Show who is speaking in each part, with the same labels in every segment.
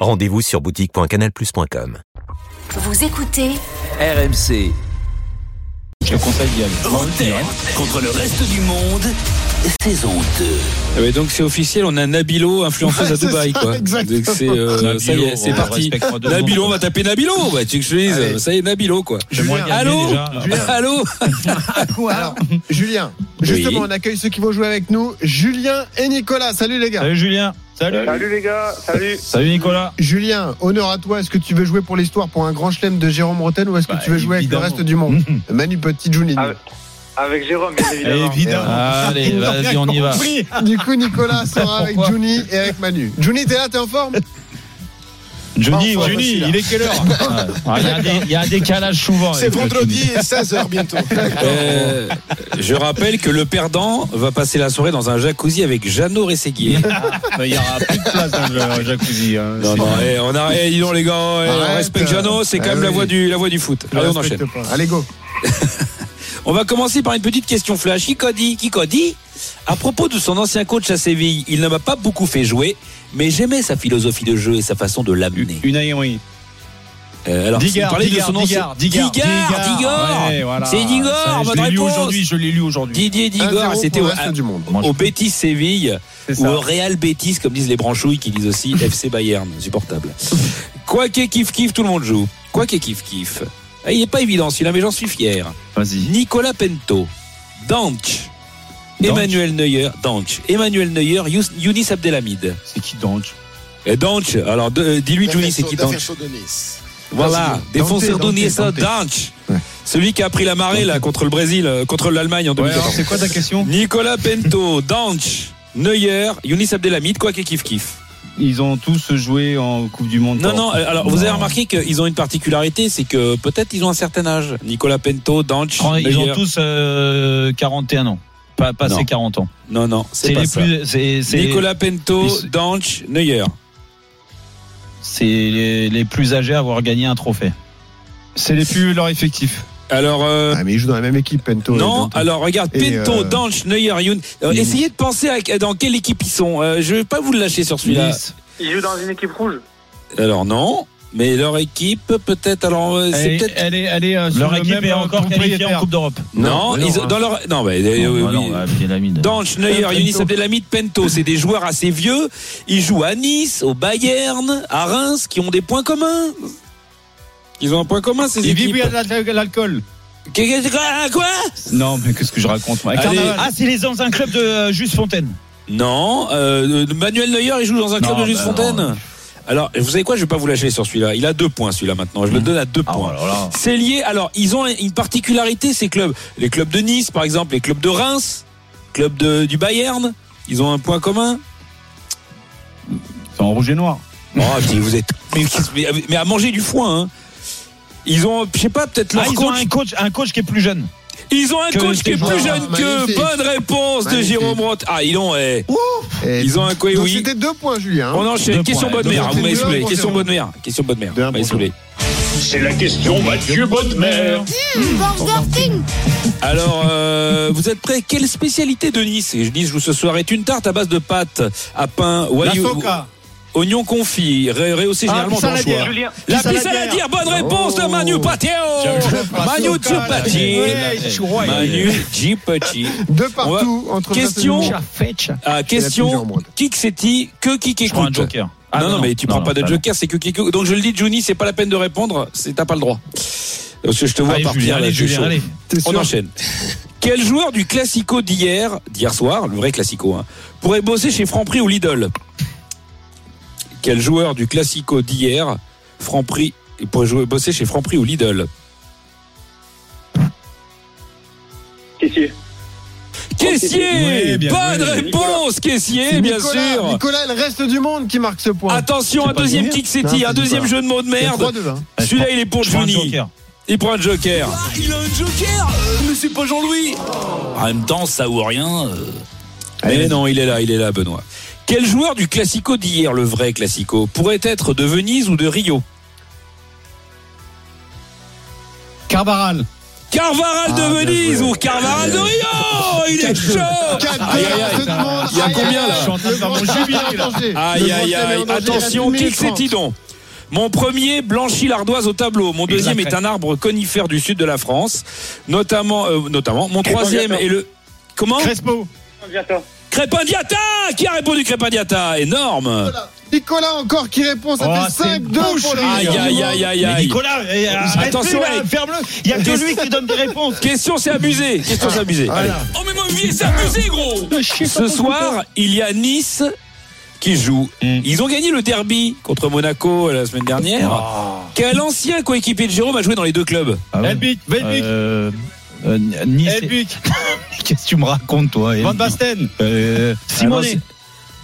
Speaker 1: Rendez-vous sur boutique.canalplus.com.
Speaker 2: Vous écoutez
Speaker 3: RMC.
Speaker 4: Je conseille bien.
Speaker 3: Rotten
Speaker 4: hein.
Speaker 3: contre le reste du monde. Saison 2.
Speaker 4: Ah ouais, donc c'est officiel, on a Nabilo, influenceuse
Speaker 5: Ouais,
Speaker 4: à
Speaker 5: c'est
Speaker 4: Dubaï.
Speaker 5: ça,
Speaker 4: quoi.
Speaker 5: exactement.
Speaker 4: Donc c'est euh,
Speaker 6: Nabilo,
Speaker 4: ça y est, c'est
Speaker 6: on
Speaker 4: parti.
Speaker 6: respecte pas deux
Speaker 4: Nabilo,
Speaker 6: secondes.
Speaker 4: on va taper Nabilo. Bah, tu veux que je te dise,
Speaker 5: Allez.
Speaker 4: ça y est, Nabilo quoi.
Speaker 5: Julien,
Speaker 6: gagner
Speaker 4: Allô
Speaker 6: déjà.
Speaker 5: Julien.
Speaker 4: Allô
Speaker 5: alors, Julien, justement,
Speaker 4: Oui.
Speaker 5: on accueille ceux qui vont jouer avec nous. Julien et Nicolas, salut les gars.
Speaker 6: Salut Julien. Salut.
Speaker 7: Salut les gars, salut.
Speaker 6: Salut Nicolas.
Speaker 5: Julien, honneur à toi. Est-ce que tu veux jouer pour l'histoire, pour un grand chelem de Jérôme Rotten ou est-ce que
Speaker 6: Bah,
Speaker 5: tu veux jouer
Speaker 6: évidemment.
Speaker 5: avec le reste du monde Manu Petit, Juni.
Speaker 7: Avec, avec Jérôme, bien évidemment.
Speaker 6: Allez, vas-y, on y va.
Speaker 5: Du coup, Nicolas sera avec
Speaker 6: Pourquoi
Speaker 5: Juni et avec Manu. Juni, t'es là, t'es en forme
Speaker 6: Johnny,
Speaker 5: Parfois,
Speaker 6: Oh, Johnny,
Speaker 5: aussi, là.
Speaker 6: il est quelle heure Ouais, il y a un dé- Il y a un décalage souvent. avec le Johnny.
Speaker 5: et 16h bientôt.
Speaker 4: Euh, je rappelle que le perdant va passer la soirée dans un jacuzzi avec Jeannot Rességuier.
Speaker 6: Bah, Il y aura plus de place dans le jacuzzi. hein.
Speaker 4: Non, non, eh, on a, eh, dis donc, les gars, eh, on
Speaker 5: Arrête,
Speaker 4: respecte
Speaker 5: euh,
Speaker 4: Jeannot, c'est quand
Speaker 5: ah
Speaker 4: même la
Speaker 5: oui.
Speaker 4: voix du, la voix du foot. Allez, on enchaîne.
Speaker 5: Allez, go.
Speaker 4: On va commencer par une petite question flash. Kikodi, Kikodi, à propos de son ancien coach à Séville, il ne m'a pas beaucoup fait jouer, mais j'aimais sa philosophie de jeu et sa façon de l'amener.
Speaker 6: Une aïerie.
Speaker 4: Euh, alors, si vous
Speaker 6: Digard,
Speaker 4: parlez de
Speaker 6: Digard,
Speaker 4: son ancien.
Speaker 6: Digard, Digard, Ah,
Speaker 4: Digard, Digard.
Speaker 6: Ouais, voilà.
Speaker 4: C'est
Speaker 6: Ça,
Speaker 4: Digor, bonne
Speaker 6: Je l'ai lu
Speaker 4: réponse.
Speaker 6: aujourd'hui, je l'ai lu aujourd'hui.
Speaker 4: Didier
Speaker 5: 1-0
Speaker 4: Digor,
Speaker 5: pour
Speaker 4: c'était
Speaker 5: le
Speaker 4: au,
Speaker 5: reste du monde.
Speaker 6: Mange-
Speaker 4: au Betis Séville.
Speaker 6: Ah, C'est
Speaker 4: ou
Speaker 6: ça.
Speaker 4: au Real Betis, comme disent les branchouilles qui disent aussi FC Bayern, supportable. Quoi qu'il kiff kiff, tout le monde joue. Quoi qu'il kiff kiff. Eh, Il n'est pas évident celui-là, mais j'en suis fier.
Speaker 6: Vas-y.
Speaker 4: Nicolas Pento, Danch,
Speaker 6: Danch.
Speaker 4: Emmanuel Neuer, Danch, Emmanuel Neuer, Yous- Younis Abdelhamid.
Speaker 6: C'est qui Dange
Speaker 4: Et Danch, alors de- euh, dis-lui Younis, c'est qui Danch Voilà,
Speaker 5: Dante,
Speaker 4: défenseur
Speaker 5: Dante,
Speaker 4: d'Oniesa,
Speaker 5: Dante.
Speaker 4: Danch. Celui qui a pris la marée là contre le Brésil, euh, contre l'Allemagne en
Speaker 6: Ouais, alors
Speaker 4: 2014.
Speaker 6: c'est quoi ta question
Speaker 4: Nicolas Pento, Danch, Neuer, Younis Abdelhamid, quoi qu'il kiff kiff.
Speaker 6: Ils ont tous joué en Coupe du Monde.
Speaker 4: Non, non, euh, alors vous
Speaker 6: Non.
Speaker 4: avez remarqué qu'ils ont une particularité, c'est que peut-être ils ont un certain âge. Nicolas Pento, Danch,
Speaker 6: Oh, Ils ont
Speaker 4: Neuer.
Speaker 6: tous euh, 41 ans. Pas passé
Speaker 4: Non.
Speaker 6: 40 ans.
Speaker 4: Non, non, c'est
Speaker 6: C'est
Speaker 4: pas
Speaker 6: les
Speaker 4: ça.
Speaker 6: plus. C'est c'est-
Speaker 4: Nicolas Pento,
Speaker 6: Ils-
Speaker 4: Danch, Neuer.
Speaker 6: c'est les, les plus âgés à avoir gagné un trophée. C'est les plus leur effectif.
Speaker 4: Alors, euh,
Speaker 5: Ah, mais ils jouent dans la même équipe, Pento. et
Speaker 4: non, ah,
Speaker 5: Dante.
Speaker 4: alors regarde,
Speaker 5: Et,
Speaker 4: Pento,
Speaker 5: euh,
Speaker 4: Danch, Neuer, Youn. Euh,
Speaker 6: Youn.
Speaker 4: Essayez de penser à, dans quelle équipe ils sont. Euh, je vais pas vous le lâcher sur celui-là.
Speaker 6: Nice.
Speaker 7: Il joue dans une équipe rouge.
Speaker 4: Alors, non. Mais leur équipe, peut-être. Alors, euh, c'est
Speaker 6: Elle, est-
Speaker 4: peut-être.
Speaker 6: elle est, elle est, euh, sous
Speaker 8: Leur
Speaker 6: le
Speaker 8: équipe
Speaker 6: même
Speaker 8: est encore qualifiée en
Speaker 6: propriétaire.
Speaker 8: Coupe d'Europe.
Speaker 4: Non,
Speaker 6: non,
Speaker 4: ils ont-
Speaker 6: hein.
Speaker 4: dans leur. Non, mais. euh, oui,
Speaker 6: Non,
Speaker 4: oui.
Speaker 6: bah non, la pyramide.
Speaker 4: Danch, Neuer,
Speaker 5: Pento.
Speaker 4: Younis Abdelhamid, Pento, c'est des joueurs assez vieux. Ils jouent à Nice, au Bayern, à Reims, qui ont des points communs. Ils ont un point commun ces
Speaker 6: Ils vivent
Speaker 4: équipes.
Speaker 6: bien de l'alcool.
Speaker 4: Qu'est- qu'est- Quoi, quoi
Speaker 6: Non, mais qu'est-ce que je raconte moi
Speaker 4: Allez.
Speaker 6: Carnaval.
Speaker 8: Ah, c'est les dans un club de euh, Juste Fontaine.
Speaker 4: Non, euh, Manuel Neuer, il joue dans un club
Speaker 6: Non,
Speaker 4: de Juste
Speaker 6: bah
Speaker 4: Fontaine.
Speaker 6: non.
Speaker 4: Alors, vous savez quoi Je vais pas vous lâcher sur celui-là. Il a deux points celui-là maintenant. Je le donne à deux
Speaker 6: Ah,
Speaker 4: points.
Speaker 6: alors là.
Speaker 4: C'est lié. Alors, ils ont une particularité ces clubs. Les clubs de Nice, par exemple, les clubs de Reims, club de, du Bayern. Ils ont un point commun.
Speaker 6: C'est en rouge et noir.
Speaker 8: Ah,
Speaker 4: Oh, puis vous êtes. Mais, mais- mais à manger du foin, hein. Ils ont, je sais pas, peut-être leur
Speaker 8: Ah, ils
Speaker 4: coach.
Speaker 8: ont un coach, un coach qui est plus jeune.
Speaker 4: Ils ont un
Speaker 8: que
Speaker 4: coach qui est
Speaker 8: Stéphane.
Speaker 4: plus jeune que.
Speaker 5: Magnifique.
Speaker 4: Bonne réponse de
Speaker 5: Magnifique.
Speaker 4: Jérôme Roth. Ah, ils ont, eh.
Speaker 5: Et-
Speaker 4: Ils ont un quoi,
Speaker 5: Donc,
Speaker 4: oui.
Speaker 5: C'était deux points, Julien.
Speaker 4: On enchaîne.
Speaker 6: Deux
Speaker 4: Question
Speaker 6: points,
Speaker 4: bonne
Speaker 6: deux
Speaker 4: mère.
Speaker 5: points.
Speaker 4: Vous m'avez
Speaker 5: Deux
Speaker 4: saoulé.
Speaker 5: points,
Speaker 4: Question
Speaker 5: Jérôme.
Speaker 4: bonne mère. Question bonne mère.
Speaker 5: Deux
Speaker 4: Vous m'avez
Speaker 5: points,
Speaker 4: saoulé.
Speaker 9: C'est la question Mathieu Bodmer.
Speaker 4: Alors, euh, vous êtes prêts Quelle spécialité de Nice Et je dis, je vous ce soir est une tarte à base de pâtes à pain,
Speaker 6: La
Speaker 4: wayou-
Speaker 6: Foca.
Speaker 4: oignon confit, ré- rehaussé
Speaker 6: Ah,
Speaker 4: généralement
Speaker 6: saladière.
Speaker 4: d'anchois.
Speaker 7: Julien,
Speaker 4: La
Speaker 6: Saladière.
Speaker 4: pisse à la dire. Bonne réponse de Manu Pateo. Manu Tchupati. Manu Tchupati.
Speaker 5: Deux partout entre
Speaker 4: Question. Ah, question. Qui que c'est-il Que qui
Speaker 8: Je prends un
Speaker 4: qu'écoute
Speaker 8: joker. Ah,
Speaker 4: non, Ah, non, mais tu prends pas de joker, c'est que qui écoute. Donc je le dis, Johnny, c'est pas la peine de répondre, c'est t'as pas le droit. Parce que je te vois
Speaker 8: Allez,
Speaker 4: partir.
Speaker 8: Julien,
Speaker 4: là,
Speaker 8: allez,
Speaker 4: je suis
Speaker 8: Julien,
Speaker 4: chaud.
Speaker 8: allez.
Speaker 5: T'es
Speaker 4: On
Speaker 5: sûr
Speaker 4: enchaîne. Quel joueur du Classico d'hier, d'hier soir, le vrai Classico, hein, pourrait bosser chez Franprix ou Lidl Quel joueur du Classico d'hier, Franprix, il pourrait jouer, bosser chez Franprix ou Lidl
Speaker 7: ici.
Speaker 4: Quel Caissier
Speaker 8: Oui, bien
Speaker 4: Bonne
Speaker 8: joué.
Speaker 4: réponse, Caissier,
Speaker 5: C'est
Speaker 4: bien
Speaker 5: Nicolas,
Speaker 4: sûr
Speaker 5: Nicolas, le reste du monde qui marque ce point.
Speaker 4: Attention, un
Speaker 8: pas
Speaker 4: deuxième
Speaker 8: gagné.
Speaker 4: kick City,
Speaker 5: Putain,
Speaker 4: un
Speaker 5: c'est hein.
Speaker 4: deuxième
Speaker 5: pas-
Speaker 4: jeu de mots de
Speaker 5: Il y a
Speaker 4: merde.
Speaker 5: 3-2, là.
Speaker 4: Celui-là, il est pour
Speaker 8: Je prends un
Speaker 4: Johnny.
Speaker 8: joker.
Speaker 4: Il prend un joker. Ah, il a un joker Euh, Mais c'est pas Jean-Louis En même temps, ça ou rien. euh. Mais non, il est là, il est là, Benoît. Quel joueur du Classico d'hier, le vrai Classico, pourrait être de Venise ou de Rio
Speaker 6: Carbaral.
Speaker 4: Carvaral de Venise ou Carvaral de Rio Il est chaud Aïe, aïe, aïe. Il y a combien, là
Speaker 8: Je suis en train de faire mon jubilé, là.
Speaker 4: Aïe, aïe, aïe, attention, kick c'est Tidon. Mon premier blanchit l'ardoise au tableau. Mon deuxième est un arbre conifère du sud de la France, notamment, euh, notamment. Mon troisième est le comment
Speaker 8: Crespo.
Speaker 7: Bientôt.
Speaker 4: Crépindiata Qui a répondu Crépindiata Énorme
Speaker 5: Nicolas encore qui répond, ça
Speaker 8: Oh,
Speaker 5: fait
Speaker 8: c'est
Speaker 5: 5-2 pour le
Speaker 4: Aïe
Speaker 5: reste du
Speaker 4: aïe
Speaker 5: monde.
Speaker 4: aïe aïe
Speaker 8: Mais
Speaker 4: aïe
Speaker 8: Nicolas, eh, arrête-le,
Speaker 4: Attention,
Speaker 8: là,
Speaker 4: ouais.
Speaker 8: ferme-le. Il y a que lui qui donne des réponses.
Speaker 4: Question c'est abusé Question c'est abusé Allez. Oh mais mon vie c'est abusé gros Ce soir il y a Nice qui joue
Speaker 6: Mm.
Speaker 4: Ils ont gagné le derby contre Monaco euh, la semaine dernière Quel ancien coéquipier de Jérôme a joué dans les deux clubs
Speaker 6: Ah ouais.
Speaker 8: Elbic, Velbic,
Speaker 6: Euh, euh, Nice.
Speaker 8: Elbic,
Speaker 6: Qu'est-ce que tu me racontes, toi
Speaker 8: Van
Speaker 6: Elbic
Speaker 8: Basten.
Speaker 6: Euh,
Speaker 8: Simonet.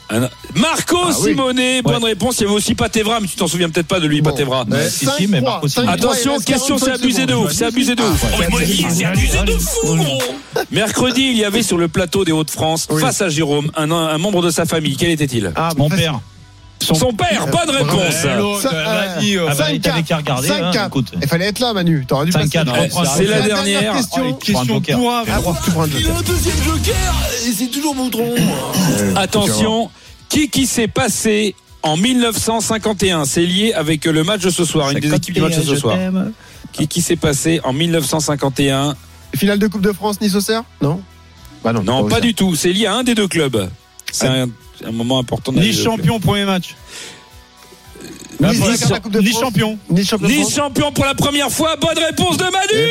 Speaker 4: Ah, non. Marco
Speaker 6: Ah oui.
Speaker 4: Simone Bonne réponse Il y avait aussi Patevra Mais tu t'en souviens peut-être pas de lui
Speaker 5: Bon.
Speaker 4: Patevra
Speaker 6: Ouais,
Speaker 5: Mais
Speaker 6: si, si, mais Marco
Speaker 5: 5-3,
Speaker 6: Simon.
Speaker 5: 5-3, il
Speaker 4: Attention,
Speaker 5: reste
Speaker 4: question c'est
Speaker 5: 45
Speaker 4: abusé de
Speaker 5: secondes.
Speaker 4: ouf, c'est abusé de
Speaker 6: Ah,
Speaker 4: ouf.
Speaker 6: ouais.
Speaker 4: Oh, mais moi, dis, c'est abusé de fou, gros. Mercredi, il y avait sur le plateau des Hauts-de-France,
Speaker 5: Oui.
Speaker 4: face à Jérôme, un, un membre de sa famille. Quel était-il
Speaker 5: Ah,
Speaker 6: Mon
Speaker 5: presque.
Speaker 6: père.
Speaker 4: Son père, bonne réponse.
Speaker 8: Eh, l'autre,
Speaker 5: Ça,
Speaker 8: euh,
Speaker 5: euh,
Speaker 8: vas-y, euh,
Speaker 6: Ah bah,
Speaker 5: 5-4,
Speaker 6: t'avais qu'à regarder, hein,
Speaker 5: 5-4.
Speaker 6: écoute.
Speaker 5: Il fallait être là, Manu. T'aurais dû passer.
Speaker 6: 5-4,
Speaker 4: Eh,
Speaker 6: reprends la
Speaker 4: c'est la
Speaker 6: réponse.
Speaker 4: dernière.
Speaker 8: Oh, les
Speaker 5: question.
Speaker 8: questions
Speaker 6: joker.
Speaker 8: pourraves.
Speaker 5: Ah, tu prends le
Speaker 3: Il a
Speaker 5: joker.
Speaker 3: un deuxième joker et c'est toujours mon tronc.
Speaker 4: Attention, qui qui s'est passé en 1951 C'est lié avec le match de ce soir, une des équipes du match de ce soir. Qui qui s'est passé en 1951
Speaker 5: Finale de Coupe de France, Nice Auxerre Non Bah non,
Speaker 4: Non, pas
Speaker 5: Auxerre.
Speaker 4: du tout. C'est lié à un des deux clubs. C'est un, un moment important. dans Ah. les
Speaker 8: Nice
Speaker 4: deux clubs.
Speaker 8: champion, premier match.
Speaker 5: Nice,
Speaker 8: Nice,
Speaker 5: Nice, la Coupe de
Speaker 8: Nice
Speaker 5: France.
Speaker 8: champion.
Speaker 5: Nice champion. de
Speaker 4: Nice
Speaker 5: France.
Speaker 4: champion pour la première fois. Bonne réponse de
Speaker 5: Et bravo.
Speaker 4: Manu.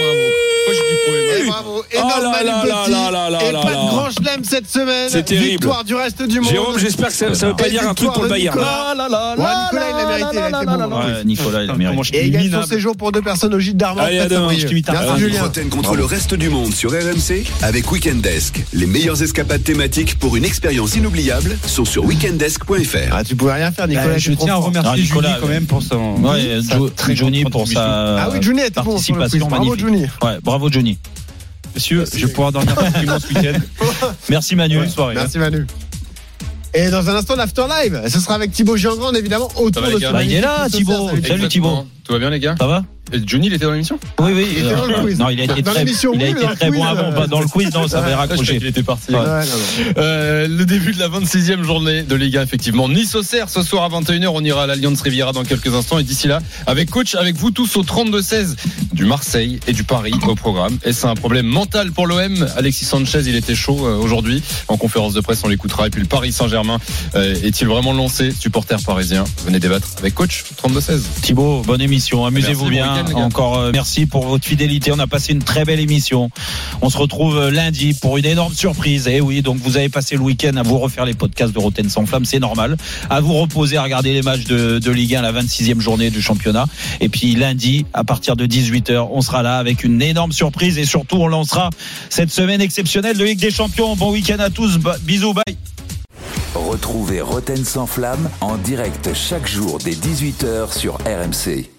Speaker 5: Et bravo. Énorme
Speaker 4: là
Speaker 5: Manu
Speaker 4: là
Speaker 5: Petit.
Speaker 4: là là là
Speaker 5: Et
Speaker 4: là
Speaker 5: pas
Speaker 4: là.
Speaker 5: de grand chelem cette semaine.
Speaker 4: C'est terrible.
Speaker 5: Victoire du reste du monde.
Speaker 4: Jérôme, j'espère que ça, ça veut pas
Speaker 5: Et
Speaker 4: dire un truc
Speaker 5: victoire
Speaker 4: pour le
Speaker 5: de
Speaker 4: Bayern. hein.
Speaker 5: Nicolas. Ouais, Nicolas, il l'a mérité, là, c'est bon.
Speaker 8: hein.
Speaker 6: Ouais, Nicolas, il a mérité.
Speaker 5: Et il gagne son séjour pour deux personnes au gîte d'Armand.
Speaker 4: Allez, à
Speaker 5: Place
Speaker 4: demain,
Speaker 5: Saint-Brieuc.
Speaker 4: je
Speaker 8: t'imite à
Speaker 5: Merci
Speaker 8: Reims.
Speaker 5: Julien.
Speaker 10: Roten contre le reste du monde sur RMC avec Weekendesk. Les meilleures escapades thématiques pour une expérience inoubliable sont sur weekendesk.fr.
Speaker 5: Ah, tu pouvais rien faire, Nicolas.
Speaker 8: Bah, je
Speaker 5: t'es trop
Speaker 8: tiens à
Speaker 5: fort.
Speaker 8: remercier
Speaker 6: Ah,
Speaker 8: Julie
Speaker 6: Nicolas,
Speaker 8: quand
Speaker 6: ouais.
Speaker 8: même pour son.
Speaker 6: Ouais,
Speaker 8: sa
Speaker 6: Jo-
Speaker 8: très
Speaker 6: Johnny
Speaker 8: grande
Speaker 6: pour
Speaker 8: contribution.
Speaker 6: sa
Speaker 5: Ah oui, Johnny était bon sur le quiz.
Speaker 6: participation
Speaker 5: Bravo,
Speaker 6: magnifique.
Speaker 5: Johnny.
Speaker 6: Ouais, bravo Johnny.
Speaker 8: Monsieur, je vais pouvoir dormir tranquillement ce week-end.
Speaker 6: Merci Manu, bonne soirée. hein.
Speaker 5: Merci Manu. Et dans un instant, l'after live. Ce sera avec Thibaut Giangrand, évidemment, autour
Speaker 11: Ça va,
Speaker 5: de
Speaker 11: les
Speaker 5: ce
Speaker 11: gars
Speaker 6: Bah, il est là,
Speaker 5: magnifique
Speaker 6: Thibaut.
Speaker 5: social.
Speaker 6: Salut Thibaut.
Speaker 11: Tout va bien les gars
Speaker 6: Ça va
Speaker 11: Et Johnny il était dans l'émission
Speaker 6: Oui, oui.
Speaker 5: était dans le quiz.
Speaker 6: Non, il a été
Speaker 5: Dans
Speaker 6: très,
Speaker 5: l'émission,
Speaker 6: il a
Speaker 5: oui, mais
Speaker 6: été
Speaker 5: dans le
Speaker 6: très
Speaker 5: quiz,
Speaker 6: bon avant.
Speaker 5: euh,
Speaker 6: Pas dans le quiz, non, ça va
Speaker 11: Ah, je croyais
Speaker 6: raccrocher.
Speaker 11: qu'il était parti.
Speaker 5: Ouais, non, non.
Speaker 11: Euh, le début de la 26e journée de Ligue 1 effectivement. Nice-Auxerre ce soir à 21h, on ira à l'Alliance Riviera dans quelques instants et d'ici là, avec coach, avec vous tous au 32-16 du Marseille et du Paris au programme. Et c'est un problème mental pour l'OM. Alexis Sanchez, il était chaud euh, aujourd'hui en conférence de presse, on l'écoutera. Et puis le Paris Saint-Germain euh, est-il vraiment lancé Supporter parisien, venez débattre avec coach 32-16.
Speaker 6: Thibaut, bonne émission. Amusez-vous
Speaker 11: Merci, bon
Speaker 6: bien.
Speaker 11: week-end, les gars.
Speaker 6: Encore euh, merci pour votre fidélité. On a passé une très belle émission. On se retrouve euh, lundi pour une énorme surprise. Et oui, donc vous avez passé le week-end à vous refaire les podcasts de Roten sans flamme, c'est normal. À vous reposer, à regarder les matchs de, de Ligue 1, la 26e journée du championnat. Et puis lundi, à partir de 18h, on sera là avec une énorme surprise. Et surtout, on lancera cette semaine exceptionnelle de Ligue des Champions. Bon week-end à tous. Ba- Bisous, bye.
Speaker 3: Retrouvez Roten sans flamme en direct chaque jour dès 18h sur RMC.